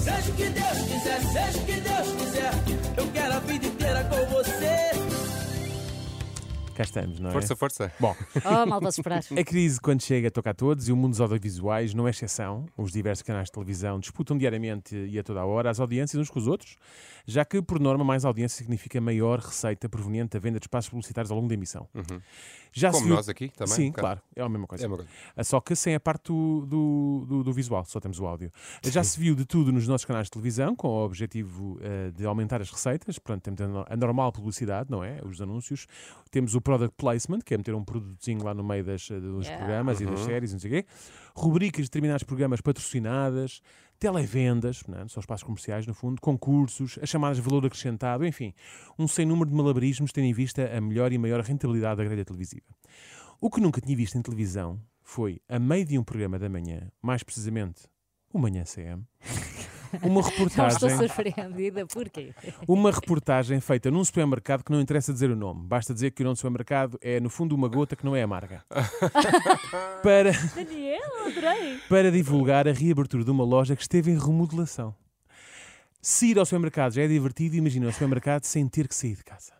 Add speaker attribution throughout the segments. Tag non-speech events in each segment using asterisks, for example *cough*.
Speaker 1: Seja o que Deus quiser, seja o que Deus quiser. Eu quero a vida inteira com você.
Speaker 2: Cá estamos, não é?
Speaker 3: Força, força.
Speaker 2: Bom,
Speaker 4: Oh, mal
Speaker 2: *laughs*
Speaker 4: posso esperar.
Speaker 2: a crise quando chega toca a todos e o mundo dos audiovisuais não é exceção. Os diversos canais de televisão disputam diariamente e a toda a hora as audiências uns com os outros, já que, por norma, mais audiência significa maior receita proveniente da venda de espaços publicitários ao longo da emissão. Já
Speaker 3: Uhum. Como
Speaker 2: se viu-
Speaker 3: nós aqui também, um
Speaker 2: Sim,
Speaker 3: bocado.
Speaker 2: claro. É a mesma coisa.
Speaker 3: É a mesma coisa.
Speaker 2: Ah, Só que sem a parte do, do, do- do visual, só temos o áudio. Já se viu de tudo nos nossos canais de televisão, com o objetivo eh, de aumentar as receitas. Portanto, temos a no- a normal publicidade, não é? Os anúncios. Temos o product placement, que é meter um produtinho lá no meio das, eh, dos
Speaker 4: Yeah.
Speaker 2: programas e das séries, não sei o quê. Rubricas de determinados programas patrocinadas. Televendas, não é? são espaços comerciais, no fundo, concursos, as chamadas de valor acrescentado, enfim, um sem número de malabarismos, tendo em vista a melhor e maior rentabilidade da grelha televisiva. O que nunca tinha visto em televisão foi, a meio de um programa da manhã, mais precisamente o Manhã CM, uma
Speaker 4: Não estou
Speaker 2: reportagem,
Speaker 4: surpreendida. Porquê?
Speaker 2: uma reportagem feita num supermercado que não interessa dizer o nome. Basta dizer que o nome do supermercado é, no fundo, uma gota que não é amarga. Para,
Speaker 4: Daniel, adorei.
Speaker 2: para divulgar a reabertura de uma loja que esteve em remodelação. Se ir ao supermercado já é divertido, imagina o supermercado sem ter que sair de casa.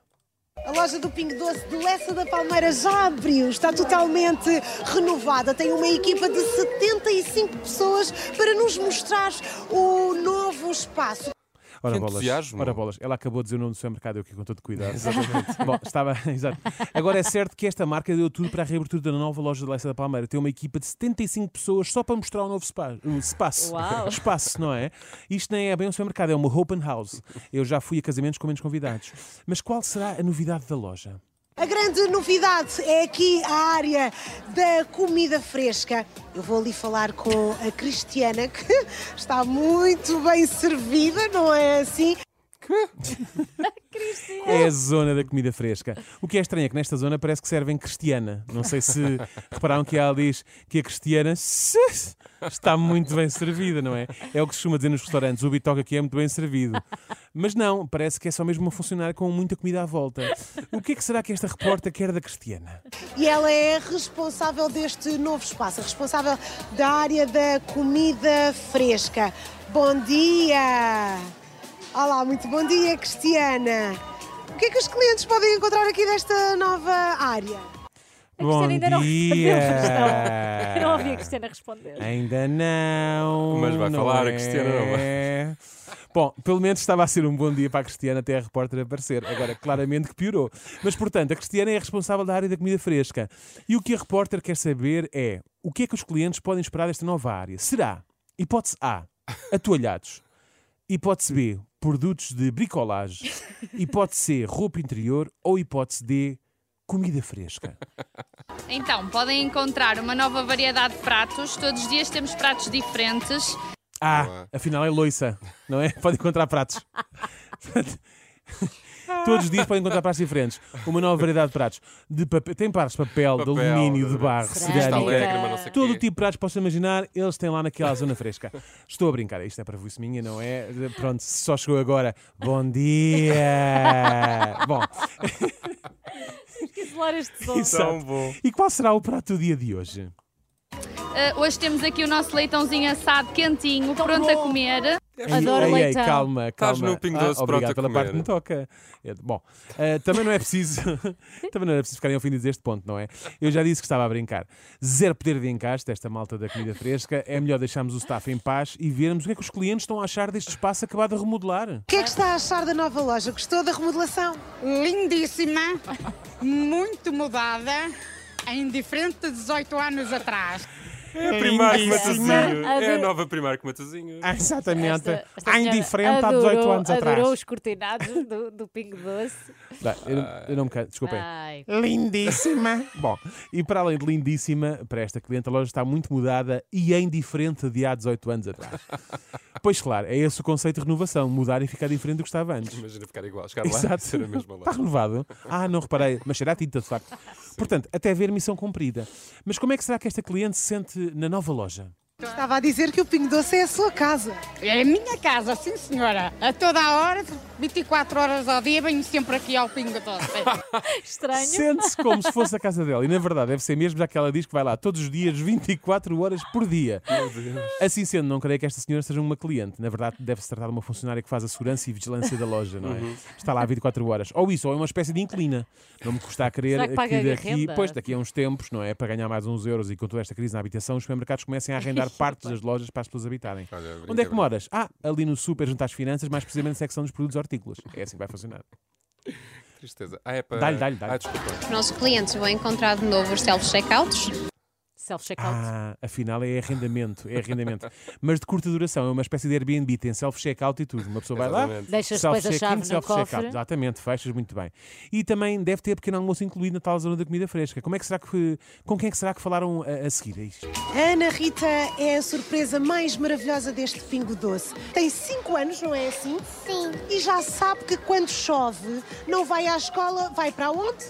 Speaker 5: A loja do Pingo Doce de Lessa da Palmeira já abriu, está totalmente renovada. Tem uma equipa de 75 pessoas para nos mostrar o novo espaço.
Speaker 2: Ora
Speaker 3: Que
Speaker 2: bolas,
Speaker 3: entusiasmo.
Speaker 2: ora bolas, ela acabou de dizer o nome do supermercado, eu aqui com todo
Speaker 3: *laughs*
Speaker 2: cuidado. Bom, estava, *laughs* exato. Agora é certo que esta marca deu tudo para a reabertura da nova loja de Leça da Palmeira. Tem uma equipa de 75 pessoas só para mostrar o novo spa- o espaço. *laughs*
Speaker 4: Uau.
Speaker 2: Espaço, não é? Isto nem é bem um supermercado, é uma open house. Eu já fui a casamentos com menos convidados. Mas qual será a novidade da loja?
Speaker 5: A grande novidade é aqui a área da comida fresca. Eu vou ali falar com a Cristiana, que *laughs* está muito bem servida, não é assim?
Speaker 2: É a zona da comida fresca. O que é estranho é que nesta zona parece que servem cristiana. Não sei se repararam que ela diz que a cristiana está muito bem servida, não é? É o que se costuma dizer nos restaurantes, o bitoca aqui é muito bem servido. Mas não, parece que é só mesmo uma funcionária com muita comida à volta. O que é que será que esta repórter quer da cristiana?
Speaker 5: E ela é responsável deste novo espaço, é responsável da área da comida fresca. Bom dia! Olá, muito bom dia, Cristiana! O que é que os clientes podem encontrar aqui desta nova área?
Speaker 4: A
Speaker 2: Bom
Speaker 4: Cristiana ainda não respondeu, mas
Speaker 2: dia.
Speaker 4: não. Eu não ouvi a Cristiana responder.
Speaker 2: Ainda não.
Speaker 3: Mas vai
Speaker 2: não
Speaker 3: falar,
Speaker 2: é.
Speaker 3: a Cristiana não
Speaker 2: vai. Bom, pelo menos estava a ser um bom dia para a Cristiana até a repórter aparecer. Agora, claramente que piorou. Mas, portanto, a Cristiana é a responsável da área da comida fresca. E o que a repórter quer saber é o que é que os clientes podem esperar desta nova área. Será? Hipótese A, atualhados. Hipótese B, produtos de bricolagem. Hipótese C, roupa interior. Ou hipótese D, comida fresca.
Speaker 6: Então, podem encontrar uma nova variedade de pratos. Todos os dias temos pratos diferentes.
Speaker 2: Ah,
Speaker 3: Boa.
Speaker 2: afinal é loiça, não
Speaker 3: *laughs*
Speaker 2: é? Pode encontrar pratos. Todos os dias podem encontrar pratos diferentes. Uma nova variedade de pratos. De papel- Tem pratos de papel,
Speaker 3: Papel,
Speaker 2: de alumínio, de
Speaker 3: de-
Speaker 2: barro,
Speaker 4: Cerâmica.
Speaker 3: Está
Speaker 2: cerâmica.
Speaker 3: alegre, mas não sei o
Speaker 2: Todo o
Speaker 3: quê.
Speaker 2: tipo de pratos que possa imaginar, eles têm lá naquela zona fresca. Estou a brincar, isto é para voice minha, não é? Pronto, se só chegou agora. Bom
Speaker 3: *laughs*
Speaker 2: dia! Bom,
Speaker 4: Que isolar este som.
Speaker 2: exato.
Speaker 3: bom.
Speaker 2: E qual será o prato do dia de hoje?
Speaker 6: Ah, hoje temos aqui o nosso leitãozinho assado, quentinho, pronto a comer.
Speaker 4: Adoro
Speaker 2: ei, ei,
Speaker 4: leitão.
Speaker 2: calma, calma.
Speaker 3: Estás no um Pingo Doce
Speaker 2: obrigado
Speaker 3: pronto a
Speaker 2: pela
Speaker 3: comer.
Speaker 2: parte que me toca. É, Bom, eh, também não é preciso *laughs* também não é preciso ficarem ofendidos a este ponto, não é? Eu já disse que estava a brincar. Zero poder de encaixe desta malta da comida fresca. É melhor deixarmos o staff em paz e vermos o que é que os clientes estão a achar deste espaço acabado a remodelar.
Speaker 5: O que é que está a achar da nova loja? Gostou da remodelação?
Speaker 7: lindíssima, muito mudada, em diferente de 18 anos atrás.
Speaker 3: É a Primark
Speaker 4: Lindíssima.
Speaker 3: Matosinho. É a
Speaker 4: Adoro.
Speaker 3: nova Primark Matosinho.
Speaker 2: Ah, exatamente.
Speaker 4: Esta- esta
Speaker 2: Ah,
Speaker 4: senhora
Speaker 2: indiferente há
Speaker 4: adorou-
Speaker 2: 18 anos
Speaker 4: Adorou
Speaker 2: atrás.
Speaker 4: os cortinados do, do Pingo Doce.
Speaker 2: Tá, eu, eu não me canso, desculpem.
Speaker 4: Ai,
Speaker 2: Lindíssima! *laughs* Bom, e para além de lindíssima, para esta cliente a loja está muito mudada e é indiferente de há 18 anos atrás. Pois claro, é esse o conceito de renovação, mudar e ficar diferente do que estava antes.
Speaker 3: Imagina ficar igual, chegar lá e
Speaker 2: Exato. Tá.
Speaker 3: ser a mesma
Speaker 2: Está
Speaker 3: loja.
Speaker 2: renovado? Ah, não reparei, mas será tinta de facto. Portanto, até ver missão cumprida. Mas como é que será que esta cliente se sente na nova loja?
Speaker 5: Estava a dizer que o Pingo Doce é a sua casa.
Speaker 7: É a minha casa, sim senhora. A toda a hora 24 horas ao dia, venho sempre aqui ao Pingo Doce.
Speaker 4: Estranho.
Speaker 2: Sente-se como se fosse a casa dela. E na verdade deve ser mesmo, já que ela diz que vai lá todos os dias, 24 horas por dia. Assim sendo, não creio que esta senhora seja uma cliente. Na verdade, deve-se tratar de uma funcionária que faz a segurança e vigilância da loja, não é? Está lá 24 horas. Ou isso, ou é uma espécie de inclina. Não me custa a crer
Speaker 4: Será que paga
Speaker 2: que daqui,
Speaker 4: renda?
Speaker 2: pois, daqui a uns tempos, não é? Para ganhar mais uns euros e com toda esta crise na habitação, os supermercados comecem a
Speaker 4: *laughs*
Speaker 2: arrendar partes das lojas para as pessoas habitarem.
Speaker 3: Olha, brinca,
Speaker 2: Onde é que
Speaker 3: brinca.
Speaker 2: moras? Ah, ali no super junto às finanças, mais precisamente na secção dos produtos hortícolas. É assim que vai funcionar.
Speaker 3: Tristeza. Ah, é para.
Speaker 2: Dá-lhe, dá-lhe, dá-lhe. É
Speaker 3: Ah, desculpa.
Speaker 8: Os nossos clientes vão encontrar de novo os self-checkouts.
Speaker 4: Self-checkout.
Speaker 2: Ah, afinal é arrendamento, é arrendamento. Mas de curta duração, é uma espécie de Airbnb, tem self-checkout e tudo. Uma pessoa vai lá,
Speaker 3: Exatamente.
Speaker 4: Deixa as
Speaker 2: self-check-in,
Speaker 4: coisas-chave no
Speaker 2: self-checkout.
Speaker 4: cofre.
Speaker 2: Exatamente, fechas muito bem. E também deve ter pequeno almoço incluído na tal zona da comida fresca. Como é que será que, com quem é que será que falaram a, a seguir a isto?
Speaker 5: Ana Rita é a surpresa mais maravilhosa deste Pingo Doce. Tem 5 anos, não é assim? Sim. E já sabe que quando chove, não vai à escola, vai para onde?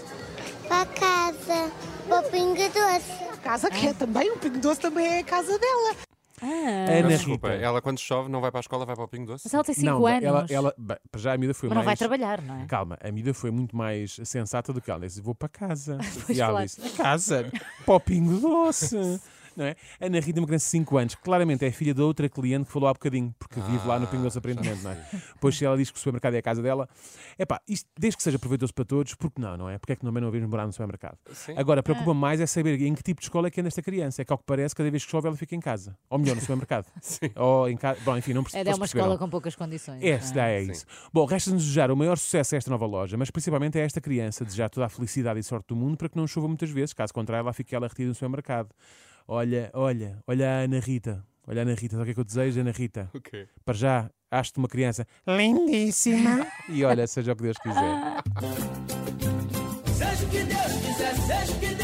Speaker 9: Para casa, para o Pinga Doce.
Speaker 5: Casa que é também, o Pingo Doce também é a casa dela.
Speaker 4: Ah,
Speaker 2: Ana
Speaker 3: Mas, desculpa,
Speaker 2: Rita.
Speaker 3: ela quando chove não vai para a escola, vai para o Pingo Doce?
Speaker 4: Mas ela tem 5
Speaker 2: não,
Speaker 4: anos.
Speaker 2: ela, ela bem, para já a Mida foi
Speaker 4: Mas
Speaker 2: mais.
Speaker 4: não vai trabalhar, não é?
Speaker 2: Calma, a Mida foi muito mais sensata do que ela. Disse: Vou para
Speaker 4: *laughs*
Speaker 2: casa.
Speaker 4: Pois,
Speaker 2: e ela
Speaker 4: claro.
Speaker 2: disse: "A Casa, para o Pingo Doce.
Speaker 4: *laughs*
Speaker 2: Não é? Ana Rita é uma criança de 5 anos, que claramente é filha da outra cliente que falou há bocadinho, porque vive lá no Pingo Doce, aparentemente, não é? Pois se ela diz que o supermercado é a casa dela, é pá, isto, desde que seja proveitoso para todos, porque não, não é? Porque é que também não havíamos morar no supermercado?
Speaker 3: Sim.
Speaker 2: Agora, preocupa
Speaker 4: Ah.
Speaker 2: me mais é saber em que tipo de escola é que anda esta criança. É que, ao que parece, cada vez que chove ela fica em casa. Ou melhor, no supermercado. Sim. Ou em casa. Bom, enfim, não perce-
Speaker 4: É de
Speaker 2: vocês
Speaker 4: uma
Speaker 2: perceberam.
Speaker 4: escola com poucas condições.
Speaker 2: É,
Speaker 4: não
Speaker 2: se dá, é
Speaker 3: Sim.
Speaker 2: isso. Bom, resta-nos desejar o maior sucesso a esta nova loja, mas principalmente a esta criança, desejar toda a felicidade e sorte do mundo para que não chova muitas vezes, caso contrário, lá fique ela retida no supermercado. Olha, olha, olha a Ana Rita. Olha a Ana Rita, sabe o que é que eu desejo, Ana Rita?
Speaker 3: O quê?
Speaker 2: Para já, acho-te uma criança lindíssima. E olha, seja o que Deus quiser.
Speaker 1: Seja o que Deus quiser, seja o que